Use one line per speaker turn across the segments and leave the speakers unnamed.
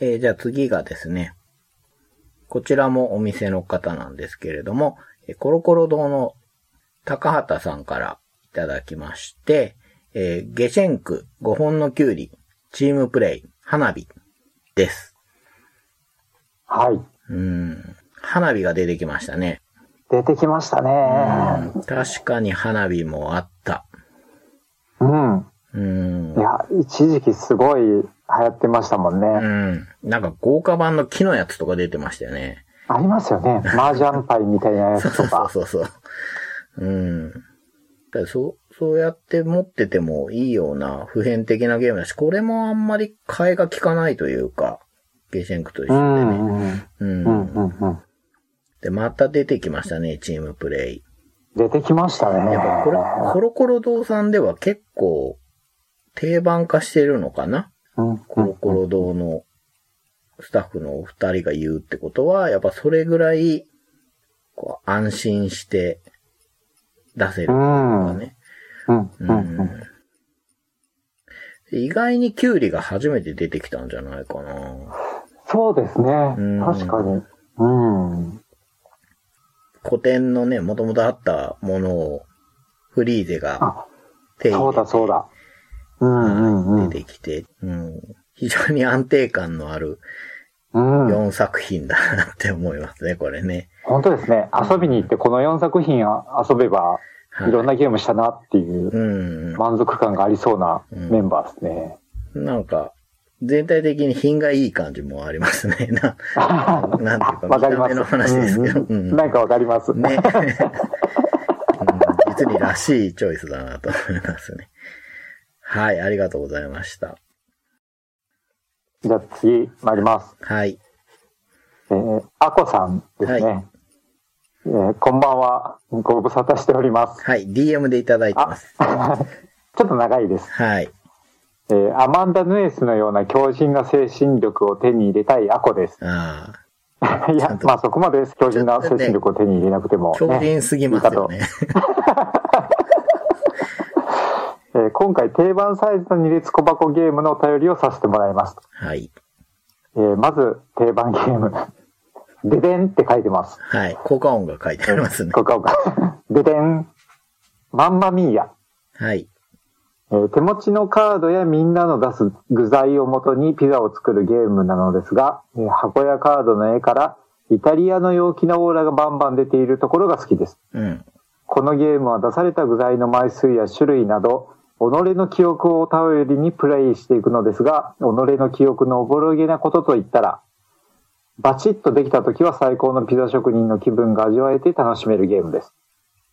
えーじゃあ次がですね、こちらもお店の方なんですけれども、えーコロコロ堂の高畑さんからいただきまして、えーゲシェンク5本のキュウリ、チームプレイ、花火です。
はい。
うん、花火が出てきましたね。
出てきましたね。
うん確かに花火もあった。
うん。
うん
い。や、一時期すごい流行ってましたもんね。
うん。なんか豪華版の木のやつとか出てましたよね。
ありますよね。麻雀牌みたいなや
そう
つと
そうそ
か
う。 そうそう。うん。だからそう、そうやって持っててもいいような普遍的なゲームだし、これもあんまり替えが利かないというか、ゲシェンクと一
う
緒でね。
んうん
うん。
うんうんうん。
で、また出てきましたね、チームプレイ。
出てきましたね。
やっぱこれ、コロコロ堂さんでは結構定番化してるのかな
うん
コロコロ堂のスタッフのお二人が言うってことは、やっぱそれぐらい、こう、安心して出せる
う
というんか
うん
ね。
うんう
うん
うん
ん。意外にキュウリが初めて出てきたんじゃないかな。
そうですね
うん。
確かに。うん。
古典のね、もともとあったものを、フリーゼが
あ、
手
そうだそうだ。うんうん
出
うん。
てきて、うん、非常に安定感のある
うん。
4作品だなって思いますね、これね。
本当ですね。遊びに行ってこの4作品あ遊べば、
はい
いろんなゲームしたなっていう
うん。
満足感がありそうな
うん
メンバーで すね。
なんか、全体的に品がいい感じもありますね。 な、なんていうか、
わかりま
見た目
す。
の話ですけど。
うん
うん
なんかわかります。
ね。うん実にらしいチョイスだなと思いますね。はい、ありがとうございました。
じゃあ次参ります。
はい。
えー、あこさんですね。
は
えーこんばんは。ご無沙汰しております。
はい、DM でいただいてます。
ちょっと長いです。
はい。
えーアマンダ・ヌエスのような強靭な精神力を手に入れたいあこです。
ああ、
い
ちゃん
や、
と
まあそこまでです。強靭な精神力を手に入れなくても、
強
ね。
靭すぎますよね。
えー今回定番サイズの2列小箱ゲームのお便りをさせてもらいます。
はい。
えーまず定番ゲーム。 デデンって書いてます。
はい。効果音が書いてありますね。
ここ か。デデン。マンマミーヤ。
はい。
えー手持ちのカードやみんなの出す具材をもとにピザを作るゲームなのですが、えー箱やカードの絵からイタリアの陽気なオーラがバンバン出ているところが好きです。
うん。
このゲームは出された具材の枚数や種類など、己の記憶を頼りにプレイしていくのですが、己の記憶のおぼろげなことといったら、バチッとできた時は最高のピザ職人の気分が味わえて楽しめるゲームです。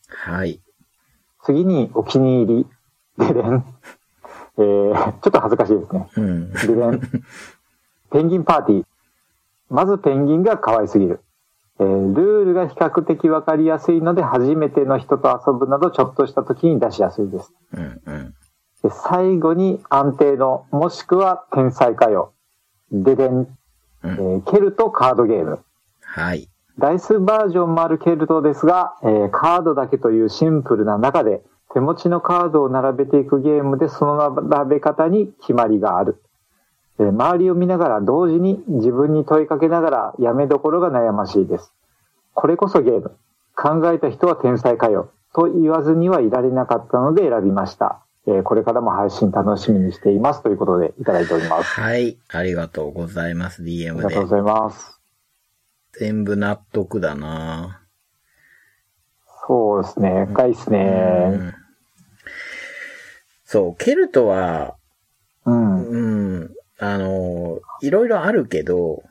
はい。
次にお気に入り。ででん。えー、ちょっと恥ずかしいですね。
うん。
ででん。ペンギンパーティー。まずペンギンが可愛すぎる。えールールが比較的わかりやすいので、初めての人と遊ぶなど、ちょっとした時に出しやすいです。
うん。うん。
で最後に安定の、もしくは天才かよ。ででん。
う
え
ん。
ーケルトカードゲーム。
はい。
ダイスバージョンもあるケルトですが、えーカードだけというシンプルな中で、手持ちのカードを並べていくゲームで、その並べ方に決まりがある。えー周りを見ながら同時に自分に問いかけながらやめどころが悩ましいです。これこそゲーム。考えた人は天才かよ。と言わずにはいられなかったので選びました。えーこれからも配信楽しみにしています。ということでいただいております。
はい。ありがとうございます。
あ
DM
りがと
で
うご。ざいます。
全部納得だな
そうですね。深いです
う
ね。
んそう、ケルトは、
うん。うん。
うん、あの、いろいろあるけど、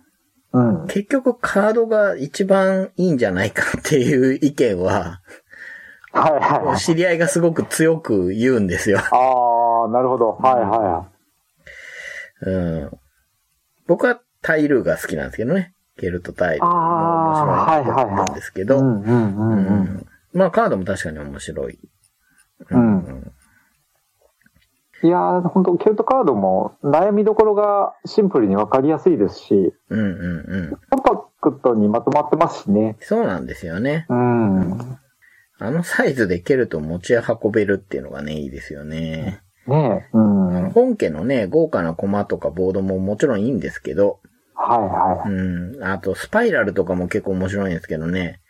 結局カードが一番いいんじゃないかっていう意見は、
はいはいはい。
知り合いがすごく強く言うんですよ。
ああ、なるほど。はいはいは
うん。僕はタイルーが好きなんですけどね。ケルトタイル
あー
面白と思うんですけ
い。う
ど、
んうんう
うん
うん。
んまあカードも確かに面白い。
うんいやー、本当ケルトカードも悩みどころがシンプルにわかりやすいですし、
うんうんうん。
コンパクトにまとまってますしね。
そうなんですよね。
うん。
あのサイズでケルト持ち運べるっていうのがね、いいですよね。
ねえ。うん。
本家のね、豪華なコマとかボードももちろんいいんですけど、
はいはい。
うん。あと、スパイラルとかも結構面白いんですけどね。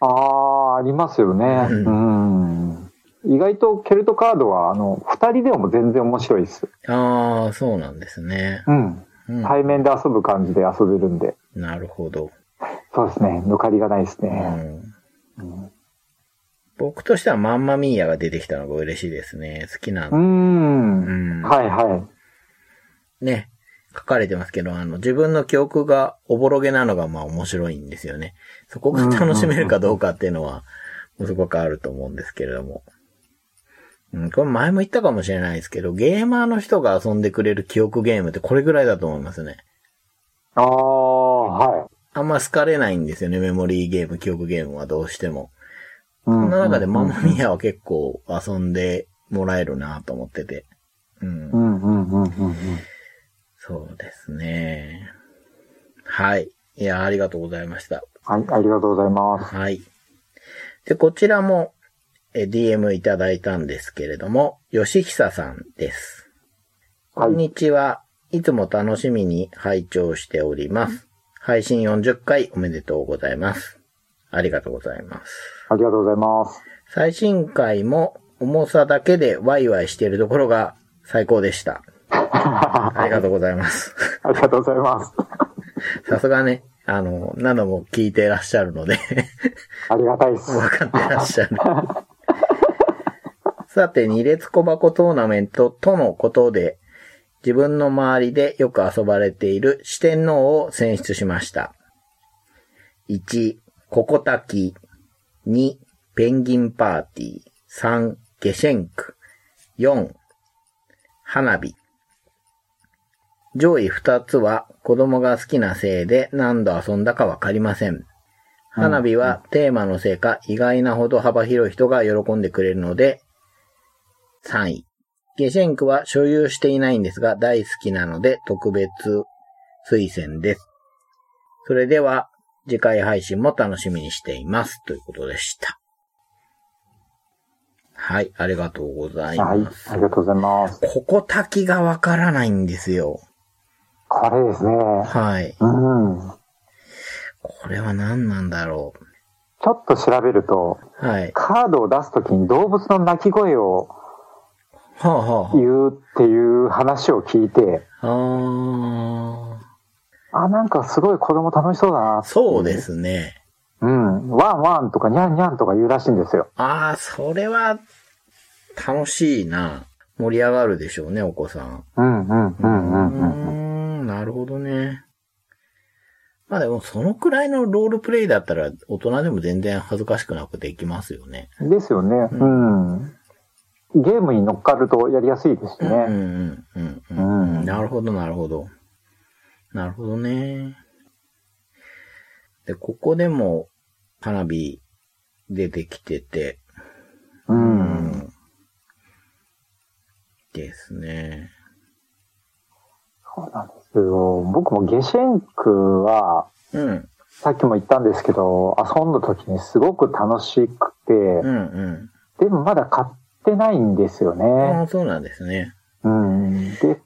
ああ、ありますよね。
う
うん。意外とケルトカードは、あの、二人でも全然面白いです。
ああ、そうなんですね。
うん。
うん。
対面で遊ぶ感じで遊べるんで。
なるほど。
そうですね。抜かりがないです
う
ね。
ん。
うん。
僕としてはマンマミーヤが出てきたのが嬉しいですね。好きなん
う。
で。うんん。
はいはい。
ね。書かれてますけど、あの、自分の記憶がおぼろげなのがまあ面白いんですよね。そこが楽しめるかどうかっていうのは、もうすごくあると思うんですけれども。うん、これ前も言ったかもしれないですけど、ゲーマーの人が遊んでくれる記憶ゲームってこれぐらいだと思いますね。
ああ、はい。
あんま好かれないんですよね、メモリーゲーム、記憶ゲームはどうしても。
そ
そんな中でママミ
ア。
アは結構遊んでもらえるなと思ってて。うん
う。んうんうんうんうん。
そうですね。はい。いや、ありがとうございました。
はい、ありがとうございます。
はい。で、こちらもえ DM いただいたんですけれども、吉久さんです。
は
こ
い
んにちは。いつも楽しみに拝聴しております。配信40回おめでとうございます。ありがとうございます。
ありがとうございます。
最新回も重さだけでワイワイしているところが最高でした。 ありがとうございます。
ありがとうございます。
さすがね、あの、何度も聞いてらっしゃるので、
ありがたいです。
わかってらっしゃる。さて、二列小箱トーナメントとのことで、自分の周りでよく遊ばれている四天王を選出しました。1、ココタキ。2、ペンギンパーティー。3、ゲシェンク。4、花火。上位2つは子供が好きなせいで何度遊んだかわかりません。花火はテーマのせいか意外なほど幅広い人が喜んでくれるので3位。ゲシェンクは所有していないんですが大好きなので特別推薦です。それでは次回配信も楽しみにしていますということでした。はい、ありがとうござい
はい
ます。、
ありがとうございます。
ここ滝がわからないんですよ。
これですね。
はい。
うん。
これは何なんだろ
ちょっと調べると、
う。はい。
カードを出すときに動物の鳴き声を
はあ、は
言うっていう話を聞いて、
あ、はあ。
あ、なんかすごい子供楽しそうだなってい
そうで。すね。
うん。ワンワンとかニャンニャンとか言うらしいんですよ。
ああ、それは、楽しいな。盛り上がるでしょうね、お子さん。
うんうんうんうんうん。
うーん、なるほどね。まあでも、そのくらいのロールプレイだったら、大人でも全然恥ずかしくなくできますよね。
ですよね。
う
うん。ゲームに乗っかるとやりやすいですし
うん
ね。
うんうんう。
うんん。
なるほど、なるほど。なるほどね。で、ここでも花火出てきてて、
う。。
うんですね。
そうなんですよ。僕もゲシェンクは、
うん、
さっきも言ったんですけど、遊んだ時にすごく楽しくて、
うん、うん。
でもまだ買ってないんですよ
あ
ね。
あ、そうなんですね。
うん。で、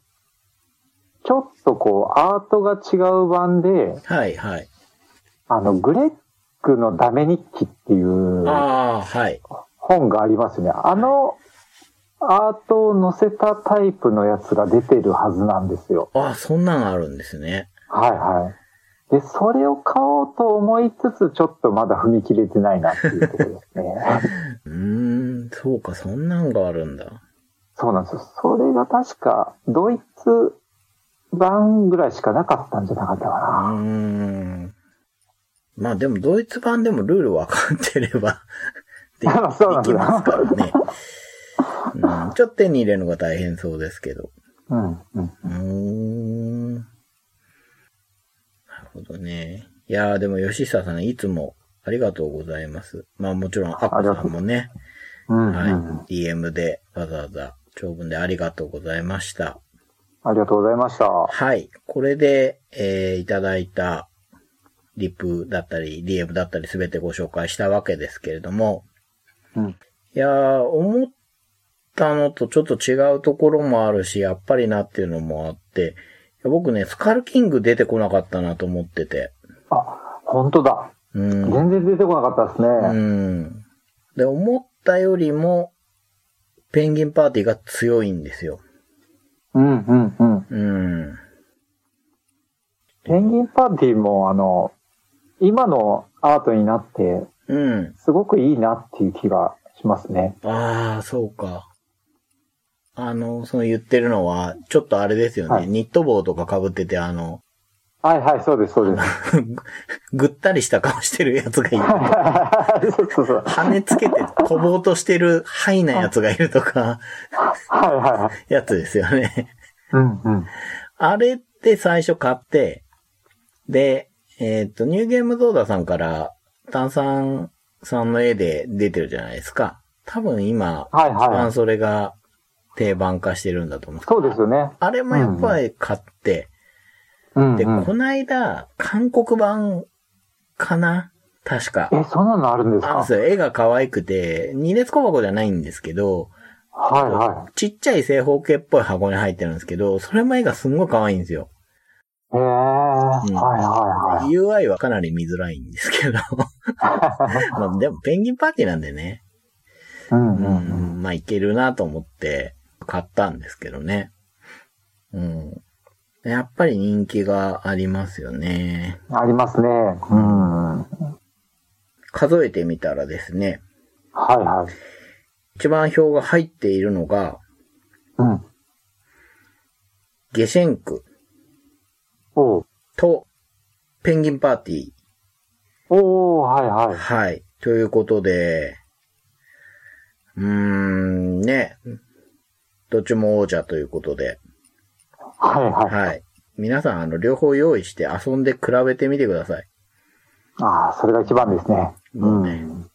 ちょっとこう、アートが違う版で、
はい、はい。
あの、グレッグのダメ日記っていう
ああ、はい。
本がありますね。あの、アートを載せたタイプのやつが出てるはずなんですよ。
ああ、そんなのあるんですね。
はいはい。で、それを買おうと思いつつ、ちょっとまだ踏み切れてないなっていうところですね。
うーん、そうか、そんなんがあるんだ。
そうなんですよ。それが確か、ドイツ版ぐらいしかなかったんじゃなかったか
うー
な。
ん。まあでも、ドイツ版でもルール分かってればで、でき
あそうなんだ
ますからね。うん、ちょっと手に入れるのが大変そうですけど。
うん、うん。
うーん。なるほどね。いやーでも、吉久さん、いつもありがとうございます。まあもちろん、アッコさんもね、
うん、うん。
はい、DM でわざわざ長文でありがとうございました。
ありがとうございました。は
はい。これで、えーいただいたリプだったり、DM だったりすべてご紹介したわけですけれども、
うん
いやー、思ったのとちょっと違うところもあるし、やっぱりなっていうのもあって、や僕ね、スカルキング出てこなかったなと思ってて。
あ、本当だ。
うん。
全然出てこなかったですね。
うん。で、思ったよりも、ペンギンパーティーが強いんですよ。
うん、うん、うん。
うん。
ペンギンパーティーも、あの、今のアートになって、
うん。
すごくいいなっていう気がしますね。
ああ、そうか。あの、その言ってるのは、ちょっとあれですよね。
はい
ニット帽とか被ってて、あの、
はいはい、そうです、そうです。
ぐったりした顔してるやつがいる。
そうそうそう。
跳ねつけて、こぼうとしてる、ハイなやつがいるとか、
はいはいはい。
やつですよね。
うん、うん。
あれって最初買って、で、えっ、と、ニューゲームゾーダさんから、炭酸さんの絵で出てるじゃないですか。多分今、
はい
一番
はい。
それが定番化してるんだと思うんですけど
そうですよね。
あれもやっぱり買って、
うん、う
で、
ん
こ。ないだ、韓国版かな確か。
え、そんなのあるんです
あるん
か
ですよ。絵が可愛くて、二列小箱じゃないんですけど、
はいはい。
ちっちゃい正方形っぽい箱に入ってるんですけど、それも絵がすんごい可愛いんですよ。
へえ、はいはいはい。
UI はかなり見づらいんです けど。まあでも、ペンギンパーティーなんでね。
うん
う
うんうん。
ん。まあ、いけるなと思って買ったんですけどね。うん。やっぱり人気がありますよね。
ありますね。うん。はい
数えてみたらですね、
はい。
一番票が入っているのが、
うん。
ゲシェンク
おう
とペンギンパーティ
おー、はい
ー。
はい。
はい。ということで、うーん、ね。どっちも王者ということで、
はいはい。
はい。皆さん、あの、両方用意して遊んで比べてみてください。
ああ、それが一番ですね。
もうね
ん。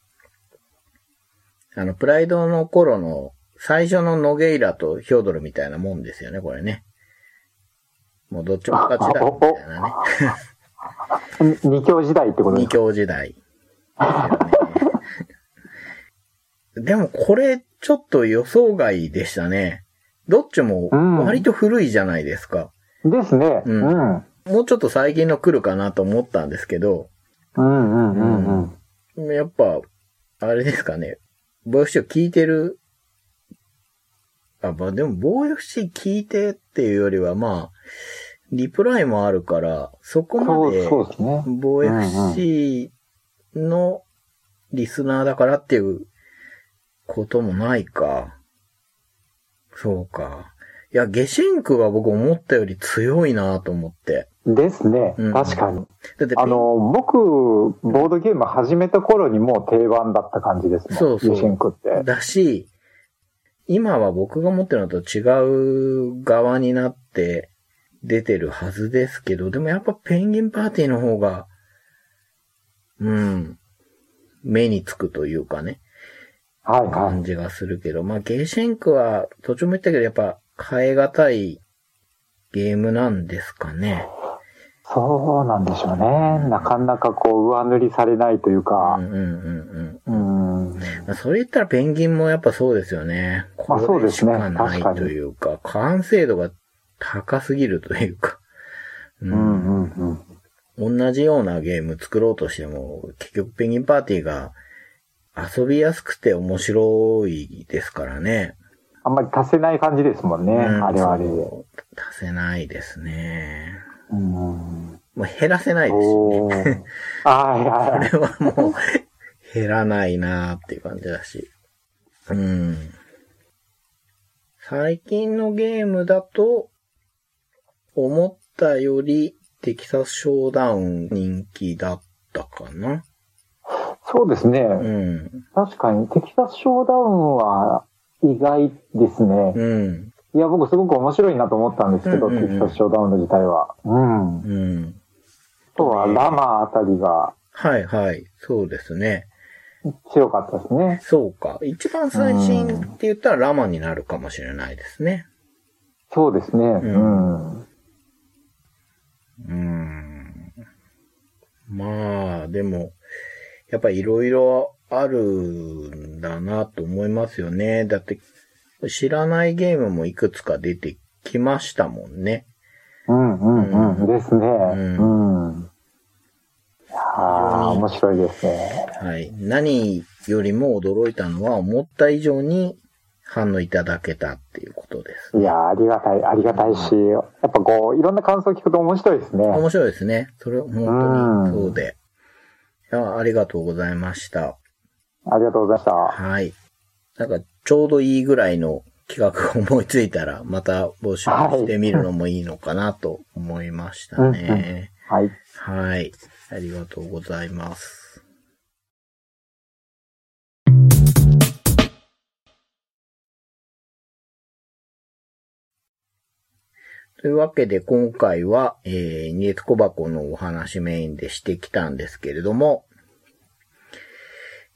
あの、プライドの頃の最初のノゲイラとヒョードルみたいなもんですよね、これね。もうどっちも勝ちだ、みたいなね。
に二強時代ってことで
二
すか
強時代ですよね。でもこれ、ちょっと予想外でしたね。どっちも割と古いじゃないですか。
ですね。
う
うんん。うん
もうちょっと最近の来るかなと思ったんですけど、
うんうんうん。
やっぱ、あれですかね。防御士を聞いてる、あ、まあでも防御士聞いてっていうよりはまあ、リプライもあるから、そこ
そ
まで
う、そうですね。
防 FC のリスナーだからっていうこともないか。そうか。いや、ゲシェンクが僕思ったより強いなと思って。
ですね
うん。
確かに。
だって、
あの、僕、ボードゲーム始めた頃にもう定番だった感じですね。
そうそう
ユシンクって。
だし、今は僕が持ってるのと違う側になって出てるはずですけど、でもやっぱペンギンパーティーの方が、うん、目につくというかね。
はいはい。
感じがするけど、まあゲーシェンクは途中も言ったけど、やっぱ変え難いゲームなんですかね。
そうなんでしょうね。なかなかこう、上塗りされないという
うん
か。
うんうん
うん。
うん。まあそれ言ったらペンギンもやっぱそうですよね。こ
そう
れ
で
し
すね
かない
確か
と
に
いうか、完成度が高すぎるというか。う
うんんうんうん。
同じようなゲーム作ろうとしても、結局ペンギンパーティーが遊びやすくて面白いですからね。
あんまり足せない感じですもんね。
うん
あれはあれで。
そう足せないですね。
うん。
もう減らせないですよね。
おー。はいはいはい。
これはもう 減らないなーっていう感じだし。うん。最近のゲームだと、思ったよりテキサスショーダウン人気だったかな。
そうですね。
うん。
確かに、テキサスショーダウンは意外ですね。
うん。
いや、僕すごく面白いなと思ったんですけど、
うんうんうん
テキサスショーダウンの自体は。うん。あ
うん。
とは、ラマあたりが
はいはい。そうですね。
強かったですね。
そうか。一番最新って言ったらラマになるかもしれないですね。
そうですね。うんん。
うーんまあ、でも、やっぱいろいろあるんだなと思いますよね。だって、知らないゲームもいくつか出てきましたもんね。
うんうん
う
うんん。ですね。
う
うん。ああ、面白いですね。
はい。何よりも驚いたのは、思った以上に反応いただけたっていうことです。
いやーありがたい、ありがたいし、やっぱこう、いろんな感想聞くと面白いですね。
面白いですね。それ、本当にそうで。いや、ありがとうございました。
ありがとうございました。
はい。なんか、ちょうどいいぐらいの企画を思いついたら、また募集してみるのもいいのかなと思いましたね。
はい。
はい。ありがとうございます。というわけで今回は、えー、ニエツ小箱のお話メインでしてきたんですけれども、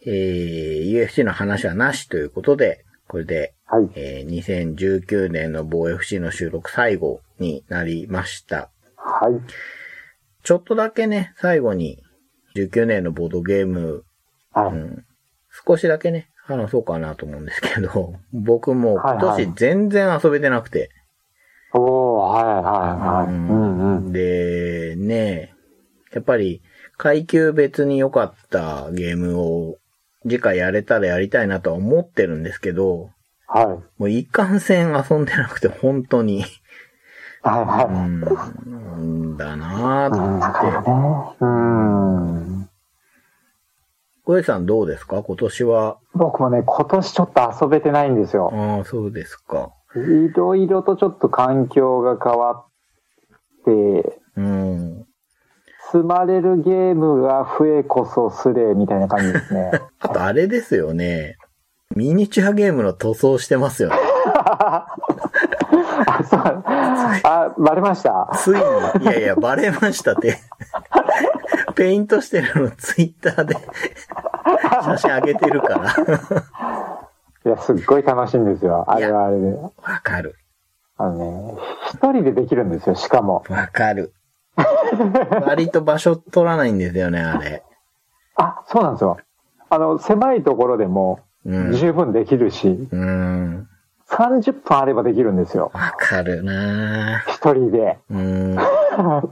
えー、UFC の話はなしということで、これで
はい。
えー2019年の某 FC の収録最後になりました。
はい。
ちょっとだけね、最後に19年のボードゲーム、
は
う
い。
ん、少しだけね、話そうかなと思うんですけど、 僕もう今
はいは
年
い
全然遊べてなくて。
おー、はいはいはい。
うん
うんうん。
で、ね、やっぱり階級別に良かったゲームを次回やれたらやりたいなとは思ってるんですけど、
はい。はい
もう一貫戦遊んでなくて本当に。う
は。
ん、だない
うん、なか
ー
な
っ
か
て。
ね。うん。
小江さんどうですか今年は。
僕もね、今年ちょっと遊べてないんですよ。
ああ、そうですか。
いろいろとちょっと環境が変わって、
うん。
積まれるゲームが増えこそすれみたいな感じです ね。
あとあれですよね。ミニチュアゲームの塗装してますよね。
あ、そう。あ、バレました。
ついに、いやい や、バレましたって。 ペイントしてるのツイッターで写真上げてるから。
いや、すっごい楽しいんですよ。あれはあれで。
わかる。
あのね、一人でできるんですよ、しかも。
わかる。割と場所取らないんですよね、あれ。
あ、そうなんですよ。あの、狭いところでも
うん。
十分できるし、
うん。
30分あればできるんですよ。
わかるなぁ
一人で。
うん。わ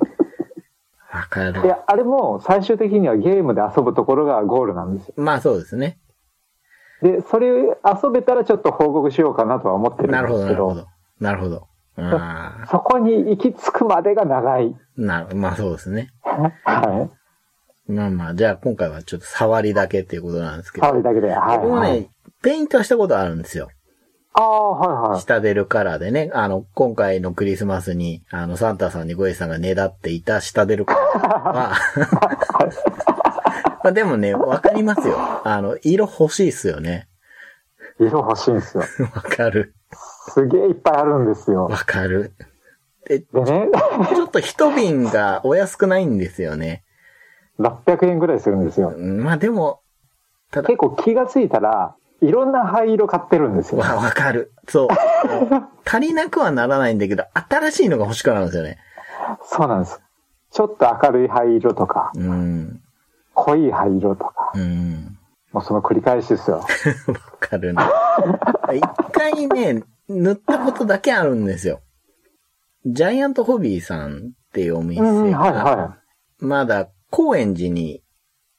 か
い
る。
や、あれも最終的にはゲームで遊ぶところがゴールなんですよ。
まあそうですね。
で、それ遊べたらちょっと報告しようかなとは思ってるん
なるほ
で
ど、
す
な
け
る
ど、
ほど。なるほど。あ
そこに行き着くまでが長い。
あ、なる、まあそうですね。
は
まあまあ、じゃあ今回はちょっと触りだけっていうことなんです
い。
けど。
触るだけで。はい、
僕も
はい。
ね、ペイントはしたことあるんですよ。
ああ、はいはい。
下出るカラーでね、あの、今回のクリスマスに、あの、サンタさんにゴエさんがねだっていた下出るカラー は、まあでもね、わかりますよ。あの、色欲しいっすよね。
色欲しいんですよ。
わかる。
すげえいっぱいあるんですよ。
わかる。で、ち
でね、
ょっと一瓶がお安くないんですよね。
600円ぐらいするんですよ。
うんまあでも、ただ
結構気がついたら、いろんな灰色買ってるんですよ。
わ、わかる。 そう。足りなくはならないんだけど、新しいのが欲しくなるんですよね。
そうなんです。ちょっと明るい灰色とか、
うん。
濃い灰色とか、
うん。
もうその繰り返しですよ。
わかるな。一回ね、塗ったことだけあるんですよ。ジャイアントホビーさんっていうお店
うん、はい
が、
は
まだ高円寺に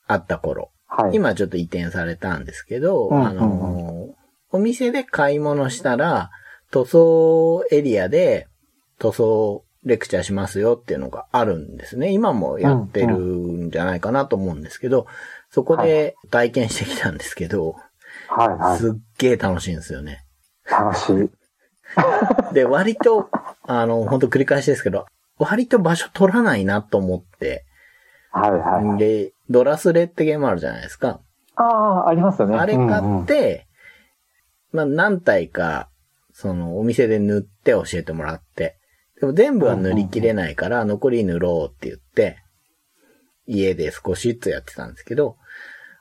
あった頃、
い。はい。
今ちょっと移転されたんですけど、
うん
あの、お店で買い物したら、塗装エリアで塗装レクチャーしますよっていうのがあるんですね。今もやってるんじゃないかなと思うんですけど、そこで体験してきたんですけど、
はいはい。
すっげえ楽しいんですよね。
楽しい。
で、割と、あの、本当繰り返しですけど、割と場所取らないなと思って、
はいはい。
で、ドラスレってゲームあるじゃないですか。
ああ、ありますよね。
あれ
うん
買って、まあ何体か、そのお店で塗って教えてもらって、でも全部は塗りきれないから残り塗ろうって言って、家で少しずつやってたんですけど、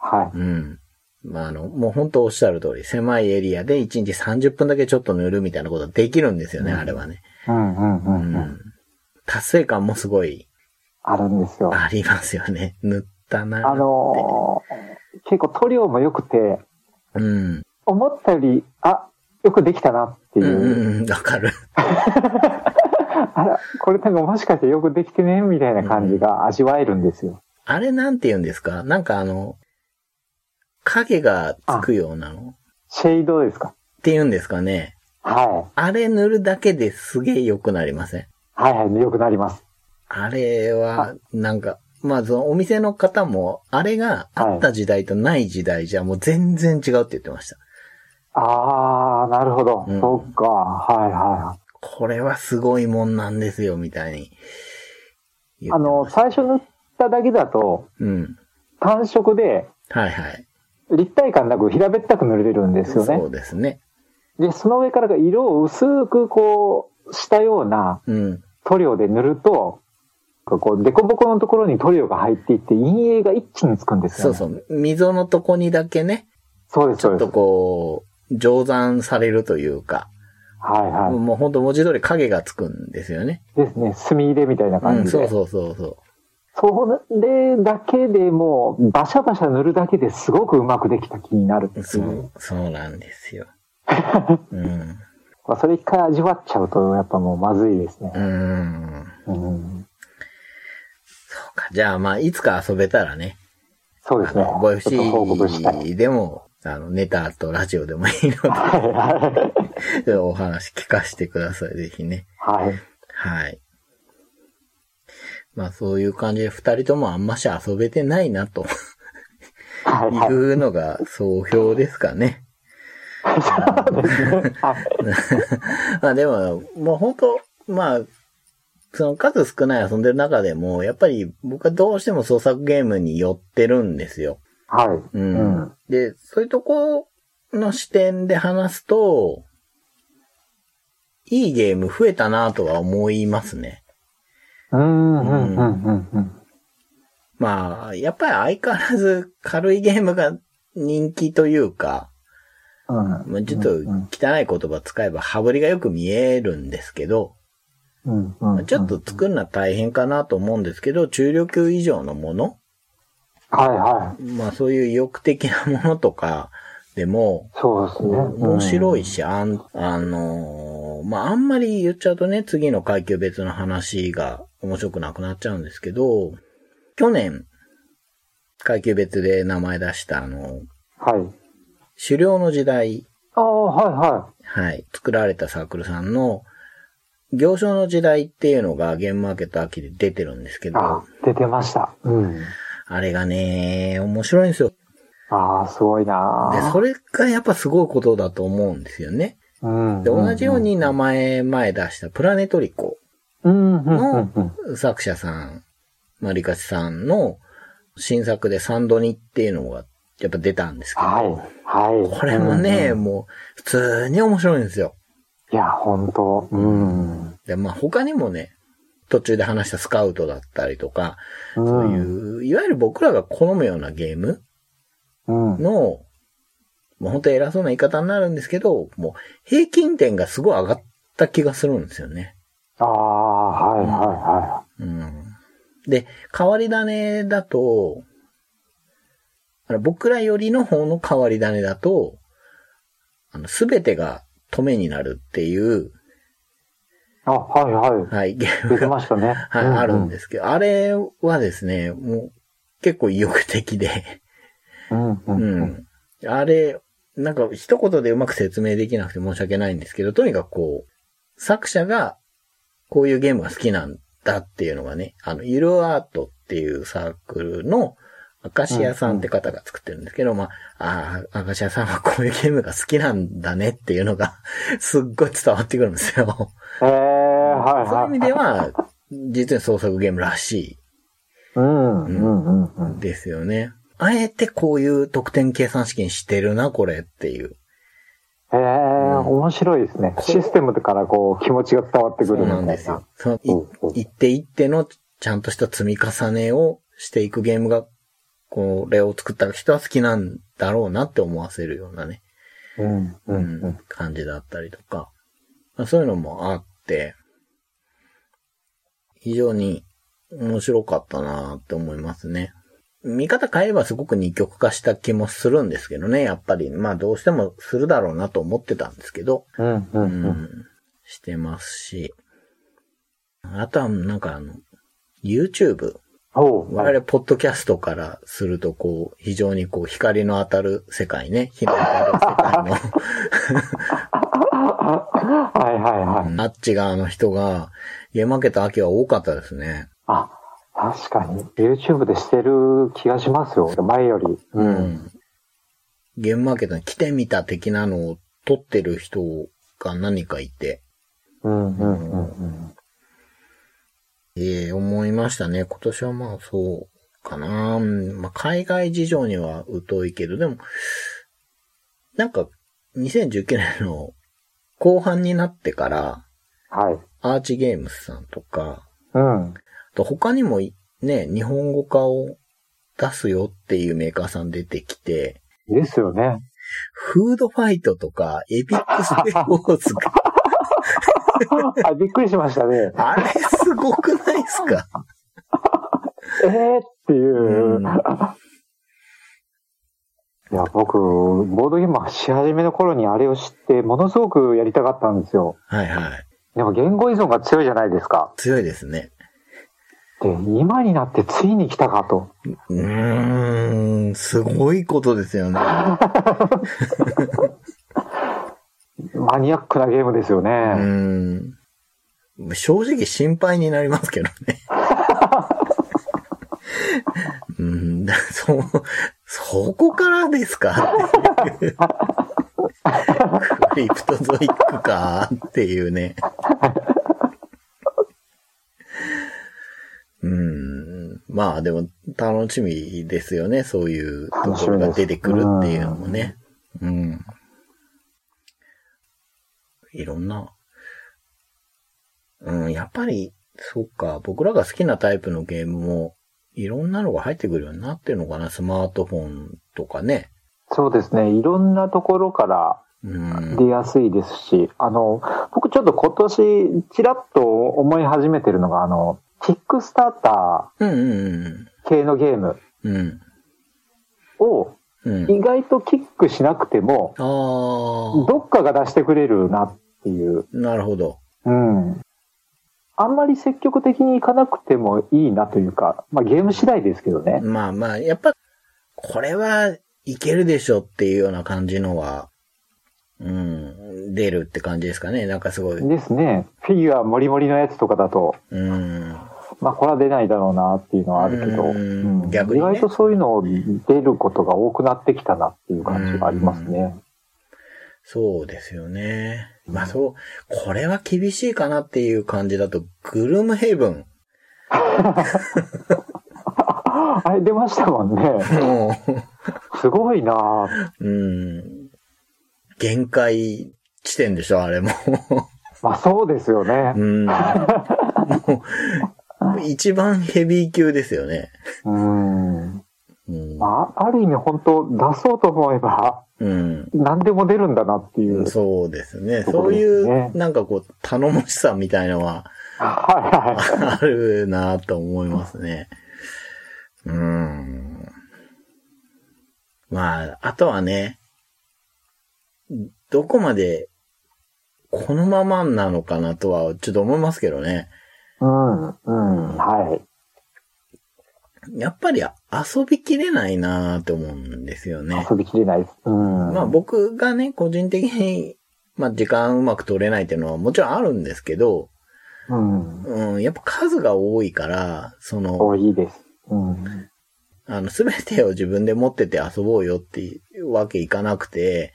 うんはい。
うん。まああの、もう本当おっしゃる通り、狭いエリアで1日30分だけちょっと塗るみたいなことできるんですよね、
うん
あれはね。
うんうんう
うん
うん。
ん。達成感もすごい
あるんですよ。
ありますよね。 塗ったな。
あのー結構塗料も良くて、
うん。
思ったより、あ、よくできたなってい
うん
う、
うんうん、わかる。
あら、これなんかもしかしてよくできてねみたいな感じが味わえるんですよ。
あれなんて言うんですかなんかあの、影がつくようなの
シェードですか
って言うんですかね。
は
あれ塗るだけですげえ良くなりません。
い。はいはい、よくなります。
あれは、なんか、まあそのお店の方も、あれがあった時代とない時代じゃもう全然違うって言ってました。
あー、なるほど。
うん
そっか。はいはいはい。
これはすごいもんなんですよ、みたいに言
あ
って
の
ま、した。
最初塗っただけだと、
うん。
単色で
はいはい。
立体感なく平べったく塗れてるんですよ
そ
ね。
うですね。
で、その上からが色を薄くこう、したような
うん。
塗料で塗ると、こう、凸凹のところに塗料が入っていって、陰影が一気につくんですよ、
そう
ね。。
そうう。溝のとこにだけね、
そうです、
ち
そ
ょ
う
っ
で
と
す。
こう、定山されるというか、
はいは
もうほんと文字通り影がつくんですよね。
い。ですね。墨入れみたいな
う
感
ん、
じで。
そうそうそうそう。
それだけでもう、バシャバシャ塗るだけですごくうまくできた気になるってい
そうう、そうなんですよ。うん。
まあ、それ一回味わっちゃうと、やっぱもうまずいですね
う。ん。
うん、
そうか。じゃあ、まあ、いつか遊べたらね、
そうで
あ
すね。
の、ごよ
ちょっと報告したい。
しでも、あの、ネタとラジオでもいい
はいはい
ので、 お話聞かせてください。ぜひね。
はい。
はい。まあ、そういう感じで、二人ともあんまし遊べてないな、と
はい
い
はい。
うのが総評ですかね。
はい
まあでも、もう本当まあ、その数少ない遊んでる中でも、やっぱり僕はどうしても創作ゲームに寄ってるんですよ。
はい。
うん。
うん
で、そういうとこの視点で話すと、いいゲーム増えたなとは思いますね。
うん、うん、うん、うんうん。
まあ、やっぱり相変わらず軽いゲームが人気というか、
うん。
まあ、ちょっと汚い言葉使えば羽振りがよく見えるんですけど、
うんうんうん
ちょっと作るのは大変かなと思うんですけど、中量級以上のもの
はいはい。
まあそういう意欲的なものとか でも、
そうですね。
面白
い。
いし、あん、あのーまああんまり言っちゃうとね、次の階級別の話が面白くなくなっちゃうんですけど、去年、階級別で名前出したあの、
はい。
狩猟の時代
ああ、はいは
はい。作られたサークルさんの、行商の時代っていうのがゲームマーケット秋で出てるんですけ
い。
ど、
あ
あ
出てました。うん。
れがね、面白いんですよ。
ああ、すごいな
で、それがやっぱすごいことだと思うんですよね。
うん。
で、同じように名前前出したプラネトリコ
うん、うん、うん、うん。
作者さん、まあリカチさんの新作でサンドニっていうのがやっぱ出たんですけど、
はい。はい。
これもね、
うんうん
もう普通に面白いんですよ。
いや、本当うん。
で、まあ他にもね、途中で話したスカウトだったりとか、そ
そう
い。う、いわゆる僕らが好むようなゲーム
うん。
の、もう本当に偉そうな言い方になるんですけど、もう平均点がすごい上がった気がするんですよね。
ああ、はい、は
うん。で、変わり種だと、あの僕らよりの方の変わり種だと、あの、すべてが止めになるっていう、
い、はい。あ、はい、は
はい、ゲー
い。
ム
出
が
てましたね。
はい、
うう
あるんですけど、あれはですね、もう結構意欲的で、
うん、う。
うんん。あれ、なんか一言でうまく説明できなくて申し訳ないんですけど、とにかくこう、作者がこういうゲームが好きなんだっていうのがね、あの、ゆるアートっていうサークルの、アカシアさんって方が作ってるんですけど、まあ、ああ、アカシアさんはこういうゲームが好きなんだねっていうのが、 すっごい伝わってくるんですよ。
ええ、はい、
そういう意
は
味
い。
では、実に創作ゲームらしい
うん、うん、うん、うん。
ですよね。あえてこういう得点計算式にしてるな、これっていう。
ええ、面白いですね。システムからこう、気持ちが伝わって
そ
くる
う
みた
ないん
な。
ですよ。そのい
うんうん
一手一手のちゃんとした積み重ねをしていくゲームが、これを作った人は好きなんだろうなって思わせるようなね、
うん、う、
うん
うん
ん。、感じだったりとか。まあそういうのもあって、非常に面白かったなって思いますね。見方変えればすごく二極化した気もするんですけどね、やっぱり。まあどうしてもするだろうなと思ってたんですけど、
うん、う、
うん
うん。
ん、してますし。あとは、なんかあの、YouTube。
ほう。
我々、ポッドキャストからすると、こう、非常にこう、光の当たる世界ね。日の当たる世界の。
はいはいはい。
あっち側の人が、家負けた秋は多かったですね。
あ、確かに。YouTube でしてる気がしますよ。前より。
う。ん。ゲームマーケットに来てみた的なのを撮ってる人が何かいて、
うんうんうんうん。
ええ思いましたね。今年はまあそうかな。うんまあ、海外事情には疎いけど、でも、なんか2019年の後半になってから、
はい。
アーチゲームスさんとか、
うん。
あと他にもいね、日本語化を出すよっていうメーカーさん出てきて、
ですよね。
フードファイトとか、エピックステフォーズが、
あ、びっくりしましたね。
あれすごくないですか
えーっていう。
うん
いや、僕、ボードゲームし始めの頃にあれを知って、ものすごくやりたかったんですよ。
はいはい。
でも言語依存が強いじゃないですか。
強いですね。
で、今になってついに来たかと。
うーん、すごいことですよね。
マニアックなゲームですよね。
うーん。正直心配になりますけどね。うん、だそ、そこからですかクリプトゾイックかっていうね。うん。まあでも楽しみですよね。そういうところが出てくるっていうのもね。うん。いろんな。うん、やっぱり、そうか、僕らが好きなタイプのゲームも、いろんなのが入ってくるようになってるのかな。スマートフォンとかね。
そうですね。いろんなところから
うん。
出やすいですし、あの、僕ちょっと今年、ちらっと思い始めてるのが、あの、キックスタータ
うんうん
ー系のゲーム
うん。うん。
を、
うん。
意外とキックしなくても、
あー。
どっかが出してくれるなっていう。
なるほど。
うん。あんまり積極的にいかなくてもいいなというか、まあゲーム次第ですけどね。
まあまあ、やっぱ、これはいけるでしょっていうような感じのは、うん、出るって感じですかね。なんかすごい、
ですね。フィギュアモリモリのやつとかだと、
うん、
まあこれは出ないだろうなっていうのはあるけど、
うん
うん
逆にね
意外とそういうのを出ることが多くなってきたなっていう感じがありますね。
そうですよね。まあそう、これは厳しいかなっていう感じだと、グルムヘイブン。
あれ出ましたもんね。
も
すごいな
う、うん、限界地点でしょ、あれも。
まあそうですよね
う。ん。もう、一番ヘビー級ですよね。
うん。
うん。
まあある意味本当出そうと思えば、
うん。
何でも出るんだなっていう。
そうですね。
とこ
そ
ろ
う
で
い
すね
う、なんかこう、頼もしさみたいのは
はいはい。
あるなと思いますね。うん。まあ、あとはね、どこまで、このままなのかなとは、ちょっと思いますけどね。
うん、うん、はい。
やっぱり遊びきれないなと思うんですよね。
遊びきれないです。うん。
まあ僕がね、個人的に、まあ時間うまく取れないっていうのはもちろんあるんですけど、
うん。
うん、やっぱ数が多いから、その、
多いです。うん。
あの、すべてを自分で持ってて遊ぼうよっていうわけいかなくて、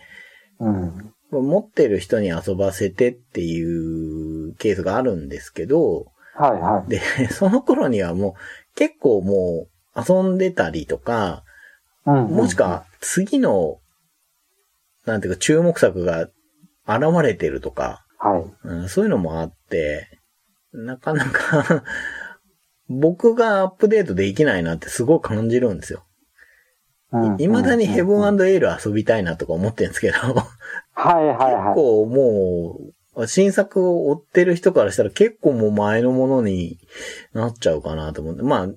うん。
持ってる人に遊ばせてっていうケースがあるんですけど、
はいは
で、 その頃にはもう結構もう遊んでたりとか、
い。うん。
もしくは次の、なんていうか注目作が現れてるとか、
はい。
うんそういうのもあって、なかなか、 僕がアップデートできないなってすごい感じるんですよ。
うん
い未だにヘブン
うん
エール遊びたいなとか思ってるんですけど、 結
はいはいはい。
構もう、新作を追ってる人からしたら結構もう前のものになっちゃうかなと思って。まあ、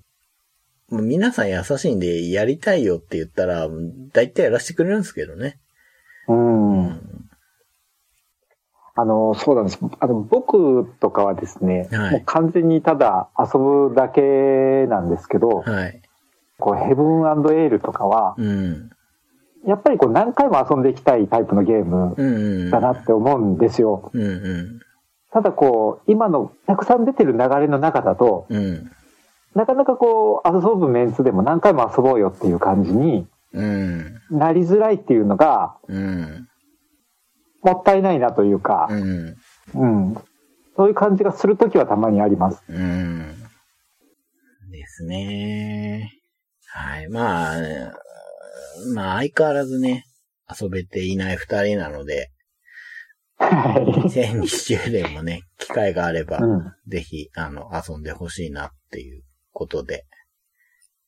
皆さん優しいんでやりたいよって言ったら、大体やらせてくれるんですけどね。
うん。あの、そうなんです。あの、僕とかはですね、
はい
もう完全にただ遊ぶだけなんですけど、
はい。
こう、ヘブンエールとかは、
うん。
やっぱりこう、何回も遊んでいきたいタイプのゲーム
うんうん。
だなって思うんですよ。
うんうん。
ただこう、今のたくさん出てる流れの中だと、
うん。
なかなかこう、遊ぶメンツでも何回も遊ぼうよっていう感じに
うん。
なりづらいっていうのが、
うん。
もったいないなというか、
うん。
うん。そういう感じがするときはたまにあ ります。
うん。ですね。はい。まあ、まあ相変わらずね、遊べていない二人なので、
はい。
2020年もね、 機会があれば、
うん。
ぜひ、あの、遊んでほしいなっていうことで、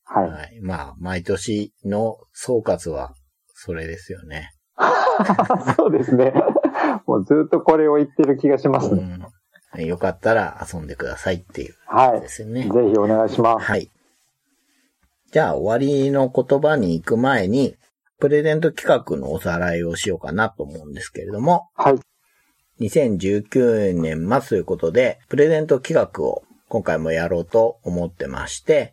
はい。
はい。まあ、毎年の総括は、それですよね。
そうですね。もうずっとこれを言ってる気がします
う
ね。
ん。よかったら遊んでくださいっていう
は
で
い。ぜ
すよね。
ひお願いします。
はい。じゃあ、終わりの言葉に行く前に、プレゼント企画のおさらいをしようかなと思うんですけれども、
はい。
2019年末ということで、プレゼント企画を今回もやろうと思ってまして、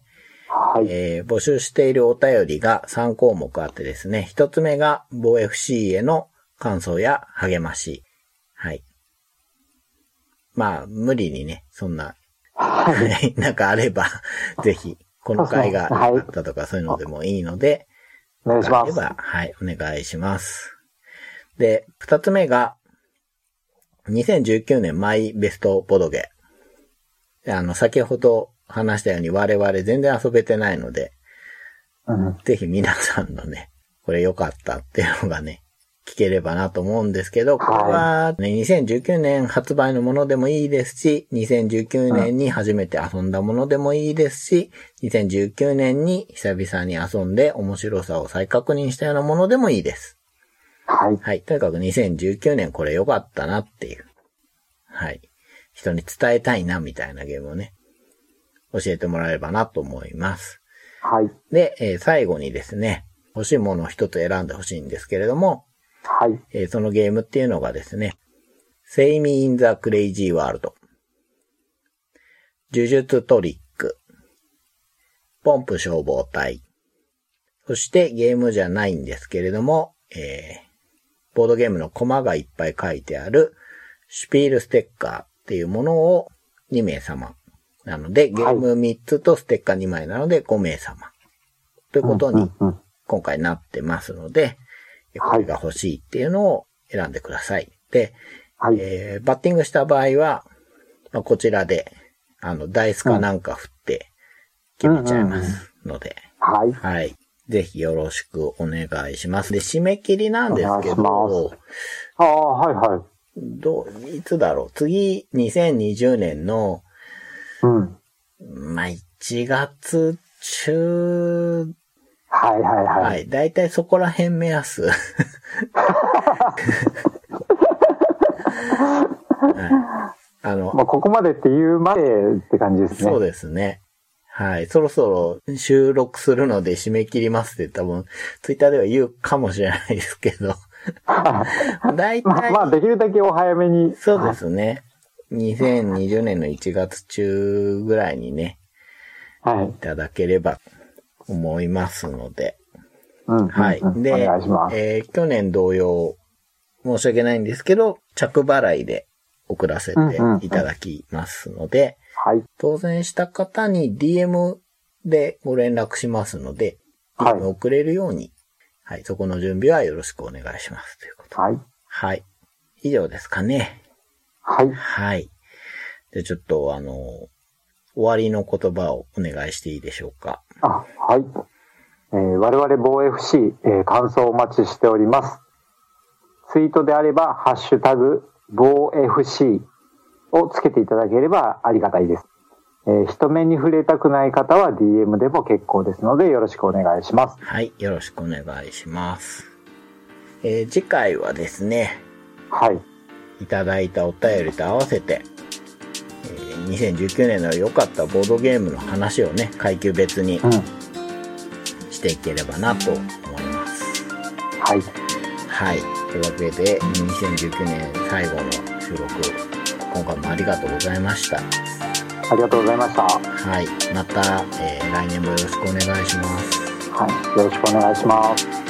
はい。
えー募集しているお便りが3項目あってですね、1つ目が防 FC への感想や励まし。はい。まあ、無理にね、そんな、 はい、なんかあれば、 ぜひ、この回があったとかそういうのでもいいので、
お願いしま
あれ
す。
ば、はい、お願いします。で、2つ目が、2019年マイベストボドゲ。あの、先ほど話したように我々全然遊べてないので、
うん。
ぜひ皆さんのね、これ良かったっていうのがね、聞ければなと思うんですけど、これは、ね、2019年発売のものでもいいですし、2019年に初めて遊んだものでもいいですし、2019年に久々に遊んで面白さを再確認したようなものでもいいです。
はい。
はい。とにかく2019年これ良かったなっていう。はい。人に伝えたいなみたいなゲームをね、教えてもらえればなと思います。
はい。
で、えー最後にですね、欲しいものを一つ選んでほしいんですけれども、
はい。
えーそのゲームっていうのがですね、セイミー・イン・ザ・クレイジー・ワールド、呪術トリック、ポンプ消防隊、そしてゲームじゃないんですけれども、えーボードゲームのコマがいっぱい書いてある、シュピールステッカーっていうものを2名様。なので、ゲーム3つとステッカー2枚なので5名様。ということに
うんうん
今回なってますので、これが欲しいっていうのを選んでください。で、
はい。
えーバッティングした場合は、まあ、こちらで、あの、ダイスかなんか振って決めちゃいますので、
はい。
はい。ぜひよろしくお願いします。で、締め切りなんですけ
お願いし
ど、
ああ、はいはい。
どう、いつだろう次、2020年の、
うん。
まあ、1月中
はいはいは。
はいい。だいたいそこら辺目 安。はい、あの、
まあ、ここまでっていうまでって感じですね。
そうですね。はい。そろそろ収録するので締め切りますって多分、ツイッターでは言うかもしれないですけ ど。だい
ま
た
あ、
い、
まあ、できるだけお早めに。
そうですね。2020年の1月中ぐらいにね、
はい
い。ただければ思いますので。
うんうんうん。
はい。で、
お願いします。
えー去年同様、申し訳ないんですけど、着払いで送らせていただきますので、
はい。
当選した方に DM でご連絡しますので、
はい
DM 送れるように、はい、そこの準備はよろしくお願いしますということ。
はい。
はい。以上ですかね。
はい。
はい。で、ちょっとあの、終わりの言葉をお願いしていいでしょうか。
あ、はい。えー我々防 FC、えー感想お待ちしております。ツイートであれば、ハッシュタグ、防 FC をつけていただければありがたいです。えー人目に触れたくない方は DM でも結構ですので、よろしくお願いします。
はい、よろしくお願いします。えー次回はですね、
はい。
いただいたお便りと合わせて、えー2019年の良かったボードゲームの話をね、階級別に
うん。
していければなと思います。
はい。
はい、というわけで、2019年最後の収録、今回もありがとうございました。
ありがとうございました。は
はい。また、えー来年もよろしくお願いします。
い。よろしくお願いします。